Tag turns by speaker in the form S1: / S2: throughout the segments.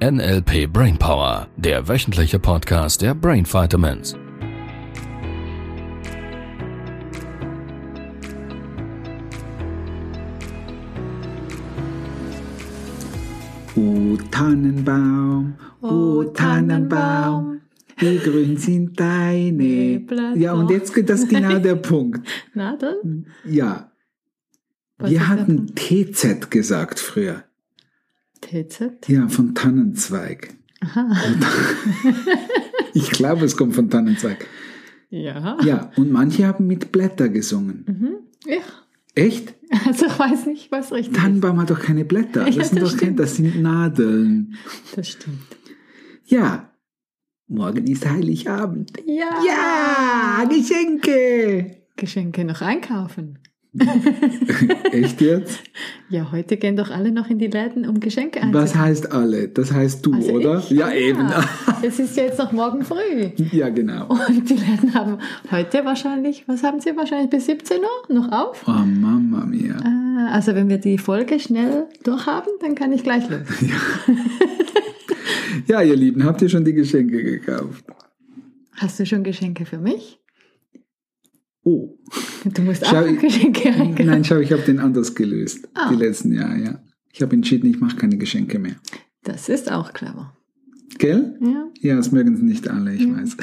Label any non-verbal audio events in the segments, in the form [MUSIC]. S1: NLP Brainpower, der wöchentliche Podcast der Brain Vitamins.
S2: O Tannenbaum,
S3: O
S2: o Tannenbaum,
S3: Oh, Tannenbaum.
S2: wie grün sind deine.
S3: Blätter.
S2: Ja, und jetzt geht das genau
S3: [LAUGHS]
S2: der Punkt.
S3: Na dann?
S2: Ja,
S3: Was ist
S2: Hm. wir
S3: denn?
S2: hatten TZ gesagt früher.
S3: TZ?
S2: Ja, von Tannenzweig.
S3: Aha.
S2: [LAUGHS] Ich glaube, es kommt von Tannenzweig.
S3: Ja.
S2: Ja, und manche haben mit Blätter gesungen.
S3: Mhm. ja.
S2: Echt?
S3: Also ich weiß nicht, was richtig ist.
S2: Tannenbaum hat doch keine Blätter. Das,
S3: Ja,
S2: sind
S3: das
S2: doch keine,
S3: stimmt.
S2: das sind Nadeln.
S3: Das stimmt.
S2: Ja, morgen ist Heiligabend.
S3: Ja.
S2: Ja, Geschenke.
S3: Geschenke noch einkaufen.
S2: Echt jetzt?
S3: Ja, heute gehen doch alle noch in die Läden, um Geschenke
S2: Was
S3: einzukaufen.
S2: heißt alle? Das heißt du,
S3: Also
S2: oder?
S3: ich? Ah.
S2: Ja, eben.
S3: Es ist ja jetzt noch morgen früh.
S2: [LAUGHS] ja, genau.
S3: Und die Läden haben heute wahrscheinlich, was haben sie wahrscheinlich bis 17 Uhr noch auf?
S2: Oh, Mama mia.
S3: Ah, Also wenn wir die Folge schnell durchhaben, dann kann ich gleich los.
S2: Ja, ihr Lieben, habt ihr schon die Geschenke gekauft?
S3: Hast du schon Geschenke für mich?
S2: Oh,
S3: Du musst auch
S2: Schau,
S3: noch
S2: ich-
S3: Geschenke einkaufen.
S2: nein, schau, ich habe den anders gelöst.
S3: Ah.
S2: Die letzten Jahre, ja. Ich habe entschieden, ich mache keine Geschenke mehr.
S3: Das ist auch clever.
S2: Gell?
S3: Ja.
S2: Ja, es mögen es nicht alle, ich weiß.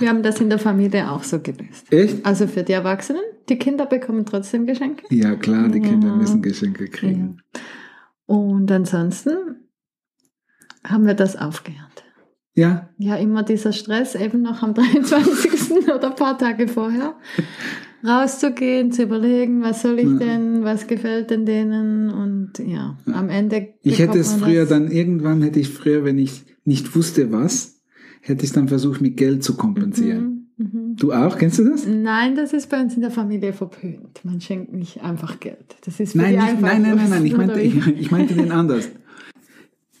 S3: Wir haben das in der Familie auch so gelöst.
S2: Echt?
S3: Also für die Erwachsenen, die Kinder bekommen trotzdem Geschenke.
S2: Ja, klar, die Kinder
S3: Ja.
S2: müssen Geschenke kriegen.
S3: Und ansonsten haben wir das aufgehört.
S2: Ja,
S3: Ja, immer dieser Stress, eben noch am [LAUGHS] 23. oder ein paar Tage vorher, rauszugehen, zu überlegen, was soll ich
S2: Ja.
S3: denn, was gefällt denn denen und ja, am Ende.
S2: ich hätte
S3: bekommt
S2: es
S3: man
S2: früher
S3: das-
S2: dann, irgendwann hätte ich früher, wenn ich nicht wusste was, hätte ich dann versucht, mit Geld zu kompensieren.
S3: Mhm, mhm.
S2: Du auch? Kennst du das?
S3: Nein, das ist bei uns in der Familie verpönt. Man schenkt nicht einfach Geld. Das ist für
S2: Nein,
S3: die
S2: nicht,
S3: einfach
S2: nein, nein, nein, nein, ich
S3: oder
S2: meinte,
S3: wie?
S2: ich, ich meinte den anders.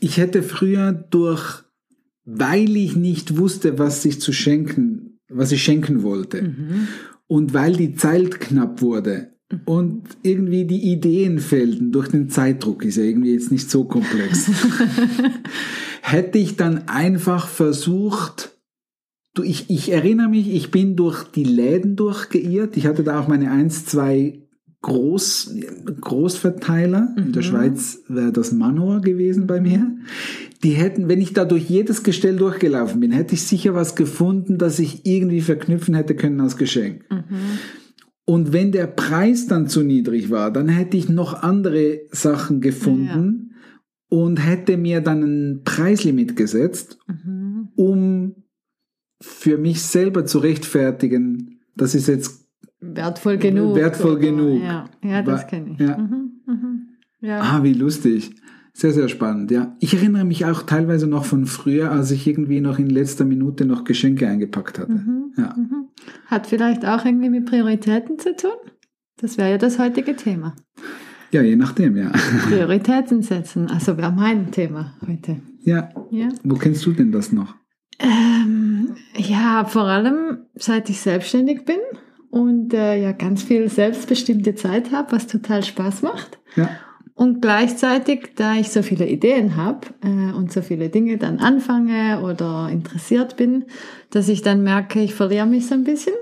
S2: Ich hätte früher durch, weil ich nicht wusste, was ich zu schenken, was ich schenken wollte, und weil die Zeit knapp wurde und irgendwie die Ideen fehlten durch den Zeitdruck, ist ja irgendwie jetzt nicht so komplex, hätte ich dann einfach versucht, Du, ich, ich erinnere mich, ich bin durch die Läden durchgeirrt. Ich hatte da auch meine 1, 2 Groß, Großverteiler. In der Schweiz wäre das Manor gewesen bei mir. Die hätten, wenn ich da durch jedes Gestell durchgelaufen bin, hätte ich sicher was gefunden, das ich irgendwie verknüpfen hätte können als Geschenk.
S3: [LAUGHS] Mhm,
S2: Und wenn der Preis dann zu niedrig war, dann hätte ich noch andere Sachen gefunden und hätte mir dann ein Preislimit gesetzt
S3: Mhm.
S2: um für mich selber zu rechtfertigen, das ist jetzt,
S3: Wertvoll genug.
S2: Äh, Wertvoll genug.
S3: Ja, ja das
S2: Wa-
S3: kenne ich.
S2: ja.
S3: Mhm, mhm. Ja.
S2: ah, wie lustig. Sehr, sehr spannend, ja. Ich erinnere mich auch teilweise noch von früher, als ich irgendwie noch in letzter Minute noch Geschenke eingepackt hatte.
S3: Mhm,
S2: Ja.
S3: mhm. Hat vielleicht auch irgendwie mit Prioritäten zu tun? Das wäre ja das
S2: [LAUGHS]
S3: heutige Thema.
S2: Ja, je nachdem, ja. [LAUGHS]
S3: Prioritäten setzen. Also wäre mein Thema heute.
S2: Ja,
S3: Ja.
S2: wo kennst du denn das noch?
S3: Ähm, ja, vor allem seit ich selbstständig bin und äh, ja ganz viel selbstbestimmte Zeit habe, was total Spaß macht.
S2: Ja,
S3: Und gleichzeitig, da ich so viele Ideen habe äh, und so viele Dinge dann anfange oder interessiert bin, dass ich dann merke, ich verliere mich so ein bisschen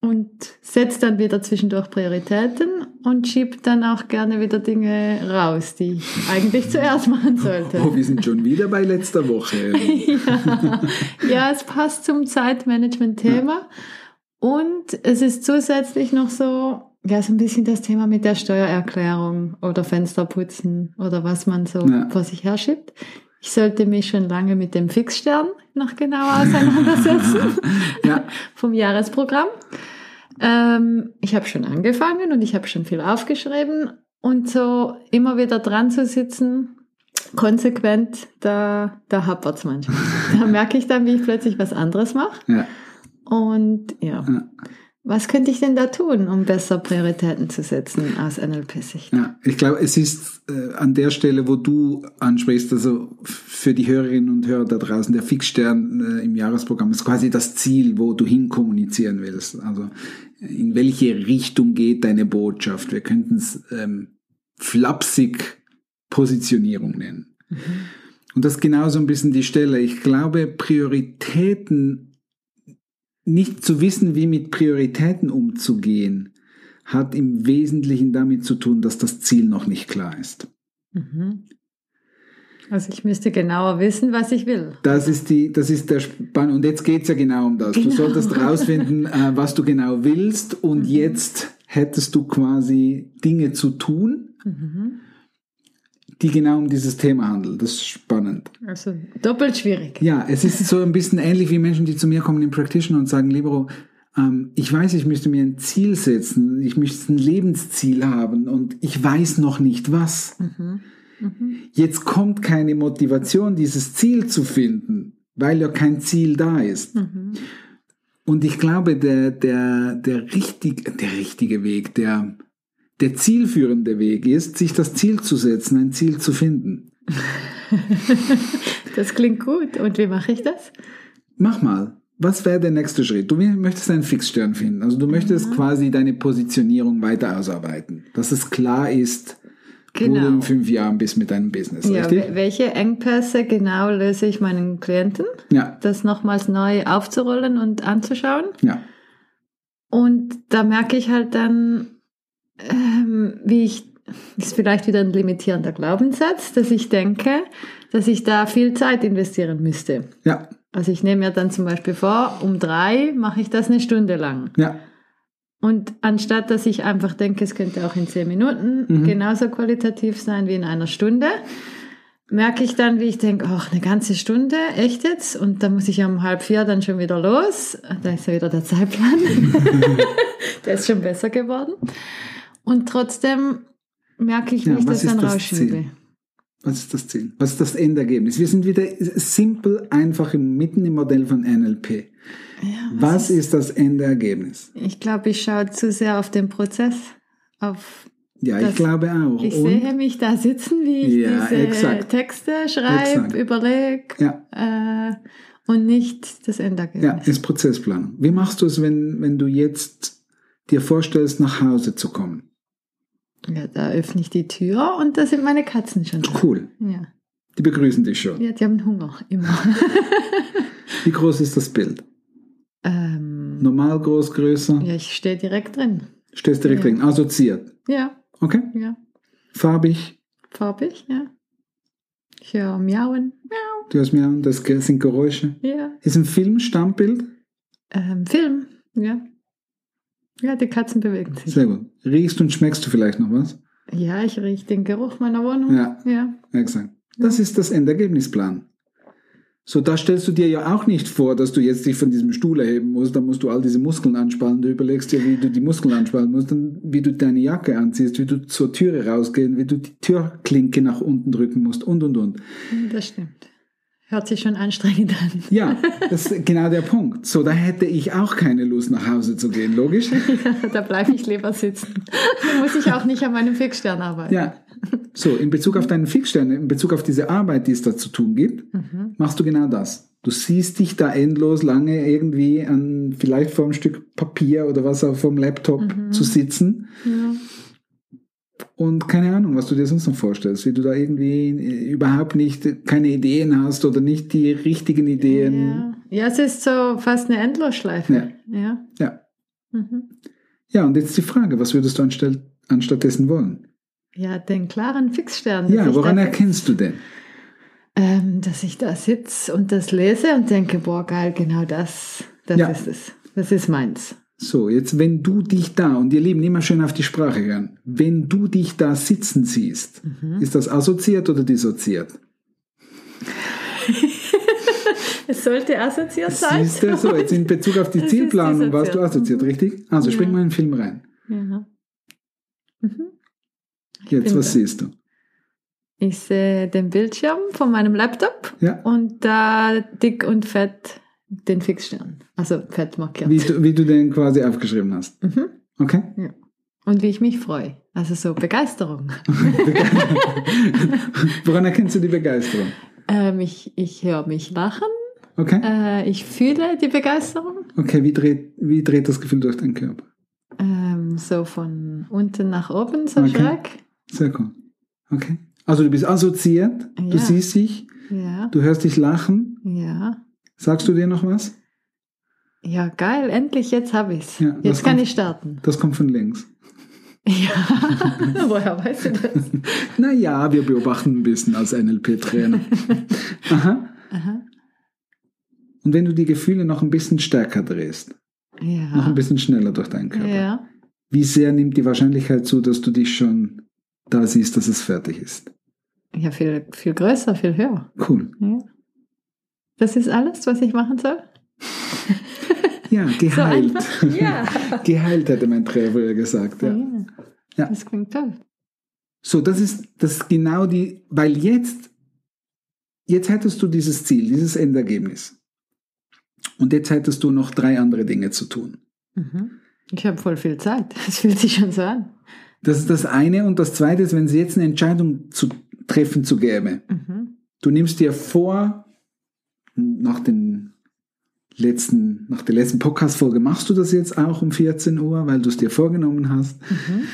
S3: und setze dann wieder zwischendurch Prioritäten und schiebe dann auch gerne wieder Dinge raus, die ich eigentlich zuerst [LAUGHS] machen sollte.
S2: oh, wir sind schon wieder bei letzter Woche.
S3: [LAUGHS] ja. ja, es passt zum Zeitmanagement-Thema. Und es ist zusätzlich noch so, ja, so ein bisschen das Thema mit der Steuererklärung oder Fensterputzen oder was man so
S2: Ja.
S3: vor sich herschiebt. Ich sollte mich schon lange mit dem Fixstern noch genauer auseinandersetzen
S2: [LAUGHS] Ja,
S3: vom Jahresprogramm. Ähm, ich habe schon angefangen und ich habe schon viel aufgeschrieben und so immer wieder dran zu sitzen, konsequent, da, da hapert's manchmal.
S2: [LAUGHS]
S3: Da merke ich dann, wie ich plötzlich was anderes mache.
S2: ja.
S3: Und ja,
S2: Ja.
S3: was könnte ich denn da tun, um besser Prioritäten zu setzen aus NLP-Sicht?
S2: Ja, ich glaube, es ist äh, an der Stelle, wo du ansprichst, also für die Hörerinnen und Hörer da draußen, der Fixstern äh, im Jahresprogramm ist quasi das Ziel, wo du hinkommunizieren willst. Also in welche Richtung geht deine Botschaft? Wir könnten es ähm, flapsig Positionierung nennen. Und das ist genau so ein bisschen die Stelle. Ich glaube, Prioritäten, nicht zu wissen, wie mit Prioritäten umzugehen, hat im Wesentlichen damit zu tun, dass das Ziel noch nicht klar ist.
S3: Mhm. Also ich müsste genauer wissen, was ich will.
S2: Das ist, die, das ist der Spann. Und jetzt geht es ja genau um das. Du
S3: Genau. Mhm.
S2: solltest rausfinden, äh, was du genau willst. Und jetzt hättest du quasi Dinge zu tun,
S3: Mhm.
S2: die genau um dieses Thema handeln. Das ist spannend.
S3: Also doppelt schwierig.
S2: Ja, es ist so ein bisschen ähnlich wie Menschen, die zu mir kommen im Practitioner und sagen, Libero, ähm, ich weiß, ich müsste mir ein Ziel setzen, ich müsste ein Lebensziel haben und ich weiß noch nicht was. Jetzt kommt keine Motivation, dieses Ziel zu finden, weil ja kein Ziel da ist. Und ich glaube, der, der, der, richtig, der richtige Weg, der, der zielführende Weg ist, sich das Ziel zu setzen, ein Ziel zu finden.
S3: Das klingt gut. Und wie mache ich das?
S2: Mach mal. Was wäre der nächste Schritt? Du möchtest einen Fixstern finden. Also du
S3: Mhm.
S2: möchtest quasi deine Positionierung weiter ausarbeiten. Dass es klar ist, wo du
S3: Genau.
S2: in fünf Jahren bist mit deinem Business,
S3: Ja,
S2: richtig?
S3: wel- welche Engpässe genau löse ich meinen Klienten?
S2: Ja,
S3: Das nochmals neu aufzurollen und anzuschauen.
S2: ja.
S3: Und da merke ich halt dann, ähm, wie ich, das ist vielleicht wieder ein limitierender Glaubenssatz, dass ich denke, dass ich da viel Zeit investieren müsste.
S2: Ja,
S3: Also ich nehme mir dann zum Beispiel vor, um drei mache ich das eine Stunde lang.
S2: ja,
S3: Und anstatt dass ich einfach denke, es könnte auch in zehn Minuten
S2: Mhm.
S3: genauso qualitativ sein wie in einer Stunde, merke ich dann, wie ich denke, ach, eine ganze Stunde, echt jetzt? Und dann muss ich ja um halb vier dann schon wieder los. Da ist ja wieder der Zeitplan.
S2: [LAUGHS]
S3: der ist schon besser geworden. Und trotzdem merke ich, wie
S2: Ja,
S3: ich
S2: was
S3: das dann
S2: ist das
S3: rausschiebe.
S2: Ziel? Was ist das Ziel? Was ist das Endergebnis? Wir sind wieder simpel, einfach im, mitten im Modell von NLP. was ist das Endergebnis?
S3: Ich glaube, ich schaue zu sehr auf den Prozess, auf
S2: Ja,
S3: Das-
S2: ich glaube auch.
S3: Ich
S2: Und-
S3: sehe mich da sitzen, wie ich
S2: Ja,
S3: diese
S2: exakt.
S3: Texte schreibe,
S2: Exakt.
S3: überlege
S2: Ja.
S3: äh, und nicht das
S2: Ja,
S3: Endergebnis.
S2: ist Prozessplanung. Wie machst du es, wenn, wenn du jetzt dir vorstellst, nach Hause zu kommen?
S3: Ja. da öffne ich die Tür und da sind meine Katzen schon da.
S2: Cool.
S3: Ja.
S2: Die begrüßen dich schon.
S3: ja, die haben Hunger, immer.
S2: [LAUGHS] Wie groß ist das Bild?
S3: ähm,
S2: Normal groß, größer?
S3: ja, ich stehe direkt drin.
S2: Stehst direkt
S3: Ja.
S2: drin. Assoziiert.
S3: Ja,
S2: Okay?
S3: ja,
S2: Farbig.
S3: farbig, ja. Ich höre miauen, miau,
S2: Du hast mir an, das sind Geräusche.
S3: ja.
S2: Ist ein Film Stammbild?
S3: Ähm, Film, ja. Ja, die Katzen bewegen sich.
S2: Sehr gut. Riechst und schmeckst du vielleicht noch was?
S3: Ja, ich rieche den Geruch meiner Wohnung.
S2: Ja.
S3: ja.
S2: Exakt. Das ist das Endergebnisplan. So, da stellst du dir ja auch nicht vor, dass du jetzt dich von diesem Stuhl erheben musst, dann musst du all diese Muskeln anspannen, du überlegst dir, wie du die Muskeln anspannen musst, dann wie du deine Jacke anziehst, wie du zur Türe rausgehen, wie du die Türklinke nach unten drücken musst und, und, und.
S3: Das stimmt. Hört sich schon anstrengend an. [LAUGHS]
S2: Ja, das ist genau der Punkt. So, da hätte ich auch keine Lust, nach Hause zu gehen, logisch.
S3: da bleibe ich lieber sitzen. Da muss ich auch nicht an meinem Fixstern arbeiten.
S2: Ja. So, in Bezug auf deinen Fixstern, in Bezug auf diese Arbeit, die es da zu tun gibt, machst du genau das. Du siehst dich da endlos lange irgendwie an, vielleicht vor einem Stück Papier oder was auf vom Laptop zu sitzen. Und keine Ahnung, was du dir sonst noch vorstellst, wie du da irgendwie äh, überhaupt nicht keine Ideen hast oder nicht die richtigen Ideen.
S3: Ja. ja, es ist so fast eine Endlosschleife. Ja. ja. Mhm.
S2: Ja. Ja, und jetzt die Frage, was würdest du anstell, anstattdessen wollen?
S3: Ja, den klaren Fixstern. dass
S2: Ja,
S3: Also ich
S2: woran
S3: da,
S2: erkennst du denn?
S3: ähm, Dass ich da sitze und das lese und denke, boah, geil, genau das, das
S2: Ja.
S3: ist es. Das ist meins.
S2: So, jetzt wenn du dich da, und ihr Lieben, immer schön auf die Sprache hören, wenn du dich da sitzen siehst,
S3: Mhm.
S2: ist das assoziiert oder dissoziiert?
S3: Es sollte assoziiert sein.
S2: Siehst du, so
S3: [LAUGHS]
S2: jetzt in Bezug auf die
S3: Das ist
S2: Zielplanung warst du
S3: dissoziiert. Mhm.
S2: assoziiert, richtig? Also spring mal in den Film rein.
S3: Ja.
S2: Jetzt,
S3: bin
S2: was
S3: da.
S2: siehst du?
S3: Ich sehe den Bildschirm von meinem Laptop
S2: Ja.
S3: und da dick und fett den Fixstern. Also fett markiert.
S2: Wie du, wie du den quasi aufgeschrieben hast.
S3: Mhm.
S2: Okay?
S3: [LAUGHS] Ja. Und wie ich mich freue. Also so
S2: [LAUGHS]
S3: Begeisterung.
S2: Woran erkennst du die Begeisterung?
S3: ähm, ich ich höre mich lachen.
S2: Okay?
S3: Äh, ich fühle die Begeisterung.
S2: Okay, wie dreht, wie dreht das Gefühl durch deinen Körper?
S3: Ähm, so von unten nach oben, so
S2: Okay.
S3: schräg.
S2: Sehr cool. Okay? Also du bist assoziiert,
S3: Ja.
S2: du siehst dich,
S3: Ja,
S2: Du hörst dich lachen.
S3: ja.
S2: Sagst du dir noch was?
S3: Ja, geil, endlich, jetzt habe ich es.
S2: Ja, das
S3: jetzt kann
S2: kommt-
S3: ich starten. [LAUGHS]
S2: Das kommt von links. [LAUGHS]
S3: Ja, woher weißt du das?
S2: Naja, wir beobachten ein bisschen als
S3: [LAUGHS]
S2: NLP-Trainer. Aha.
S3: Aha.
S2: Und wenn du die Gefühle noch ein bisschen stärker drehst, noch ein
S3: Ja.
S2: bisschen schneller durch deinen Körper,
S3: Ja.
S2: wie sehr nimmt die Wahrscheinlichkeit zu, dass du dich schon da siehst, dass es fertig ist?
S3: ja, viel, viel größer, viel höher.
S2: Cool.
S3: Ja. Das ist alles, was ich machen soll?
S2: [LAUGHS] Ja, geheilt.
S3: einfach. Ja.
S2: [LAUGHS]
S3: Mhm.
S2: geheilt, hätte mein Trainer früher gesagt. Ja.
S3: ja.
S2: Ja.
S3: Das klingt toll.
S2: So, das ist, das ist genau die, weil jetzt, jetzt hättest du dieses Ziel, dieses Endergebnis. Und jetzt hättest du noch drei andere Dinge zu tun.
S3: Mhm. Ich habe voll viel Zeit. Das fühlt sich schon so an.
S2: Das ist das eine. Und das zweite ist, wenn es jetzt eine Entscheidung zu treffen zu gäbe.
S3: Mhm.
S2: Du nimmst dir vor, nach den letzten, nach der letzten Podcast-Folge machst du das jetzt auch um 14 Uhr, weil du es dir vorgenommen hast,
S3: Mhm.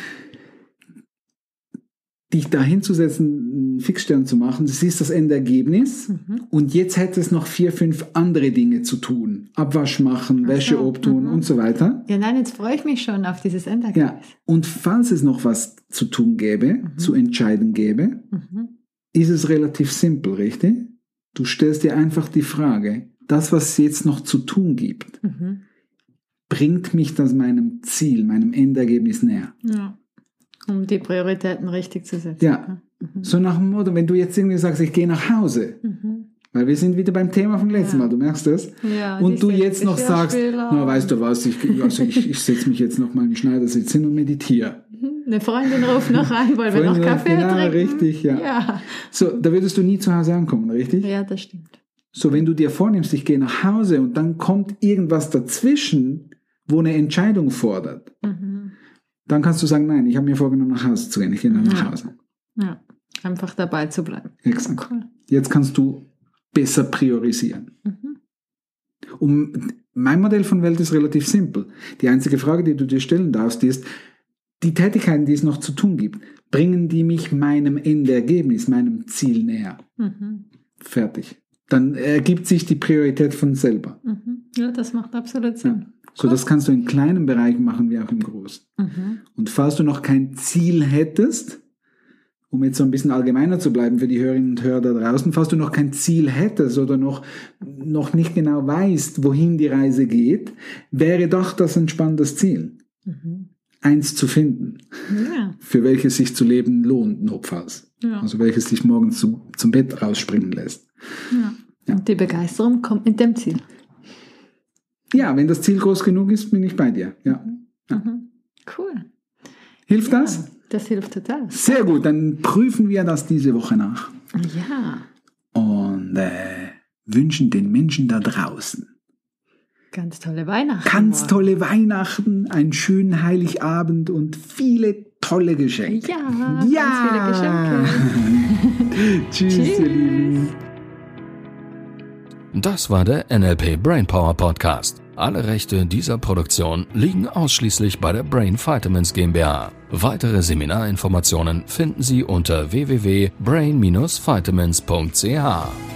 S2: dich da hinzusetzen, einen Fixstern zu machen. Du siehst das Endergebnis.
S3: Mhm.
S2: Und jetzt hätte es noch vier, fünf andere Dinge zu tun. Abwasch machen,
S3: Ach
S2: Wäsche
S3: so,
S2: obtun
S3: mhm.
S2: und so weiter.
S3: Ja, nein, jetzt freue ich mich schon auf dieses
S2: Ja.
S3: Endergebnis.
S2: Und falls es noch was zu tun gäbe, zu entscheiden gäbe,
S3: Mhm.
S2: ist es relativ simpel, richtig? Du stellst dir einfach die Frage, das, was es jetzt noch zu tun gibt,
S3: Mhm.
S2: bringt mich das meinem Ziel, meinem Endergebnis näher.
S3: Ja. Um die Prioritäten richtig zu setzen.
S2: Ja. So nach dem Motto, wenn du jetzt irgendwie sagst, ich gehe nach Hause,
S3: Mhm.
S2: weil wir sind wieder beim Thema vom letzten
S3: Ja.
S2: Mal, du merkst das?
S3: Ja,
S2: und
S3: diese
S2: du jetzt noch sagst,
S3: Geschirrspüler
S2: na, weißt du was, ich, also ich, ich setze mich jetzt noch mal im Schneidersitz hin und meditiere.
S3: Eine Freundin ruft noch an, wollen wir noch
S2: Freundin ruft-
S3: Kaffee
S2: genau,
S3: trinken?
S2: richtig, ja.
S3: ja.
S2: So, da würdest du nie zu Hause ankommen, richtig?
S3: Ja, das stimmt.
S2: So, wenn du dir vornimmst, ich gehe nach Hause und dann kommt irgendwas dazwischen, wo eine Entscheidung fordert,
S3: Mhm.
S2: dann kannst du sagen, nein, ich habe mir vorgenommen, nach Hause zu gehen, ich gehe dann nach
S3: Ja.
S2: Hause.
S3: Ja. Einfach dabei zu bleiben.
S2: Exakt.
S3: Cool.
S2: Jetzt kannst du besser priorisieren.
S3: Mhm.
S2: Um, mein Modell von Welt ist relativ simpel. Die einzige Frage, die du dir stellen darfst, ist, die Tätigkeiten, die es noch zu tun gibt, bringen die mich meinem Endergebnis, meinem Ziel näher?
S3: Mhm.
S2: Fertig. Dann ergibt sich die Priorität von selber.
S3: Mhm. Ja, das macht absolut Sinn.
S2: So, das kannst du in kleinen Bereichen machen wie auch im großen.
S3: Mhm.
S2: Und falls du noch kein Ziel hättest, um jetzt so ein bisschen allgemeiner zu bleiben für die Hörerinnen und Hörer da draußen, falls du noch kein Ziel hättest oder noch, noch nicht genau weißt, wohin die Reise geht, wäre doch das ein spannendes Ziel.
S3: Mhm.
S2: Eins zu finden,
S3: Ja.
S2: für welches sich zu leben lohnt, notfalls.
S3: Ja.
S2: Also welches dich morgens zum, zum Bett rausspringen lässt.
S3: ja. Und die Begeisterung kommt mit dem Ziel.
S2: Ja, wenn das Ziel groß genug ist, bin ich bei dir. Ja.
S3: Cool.
S2: Hilft das?
S3: Das hilft total.
S2: Sehr gut, dann prüfen wir das diese Woche nach.
S3: Ja,
S2: und äh, wünschen den Menschen da draußen
S3: ganz tolle Weihnachten.
S2: ganz tolle Weihnachten, einen schönen Heiligabend und viele tolle Geschenke.
S3: Ja,
S2: Ja.
S3: ganz viele
S2: [LAUGHS]
S3: Geschenke.
S2: Tschüss,
S3: Tschüss.
S2: ihr Lieben.
S1: Das war der NLP Brainpower Podcast. Alle Rechte dieser Produktion liegen ausschließlich bei der Brain Vitamins GmbH. Weitere Seminarinformationen finden Sie unter www.brain-vitamins.ch.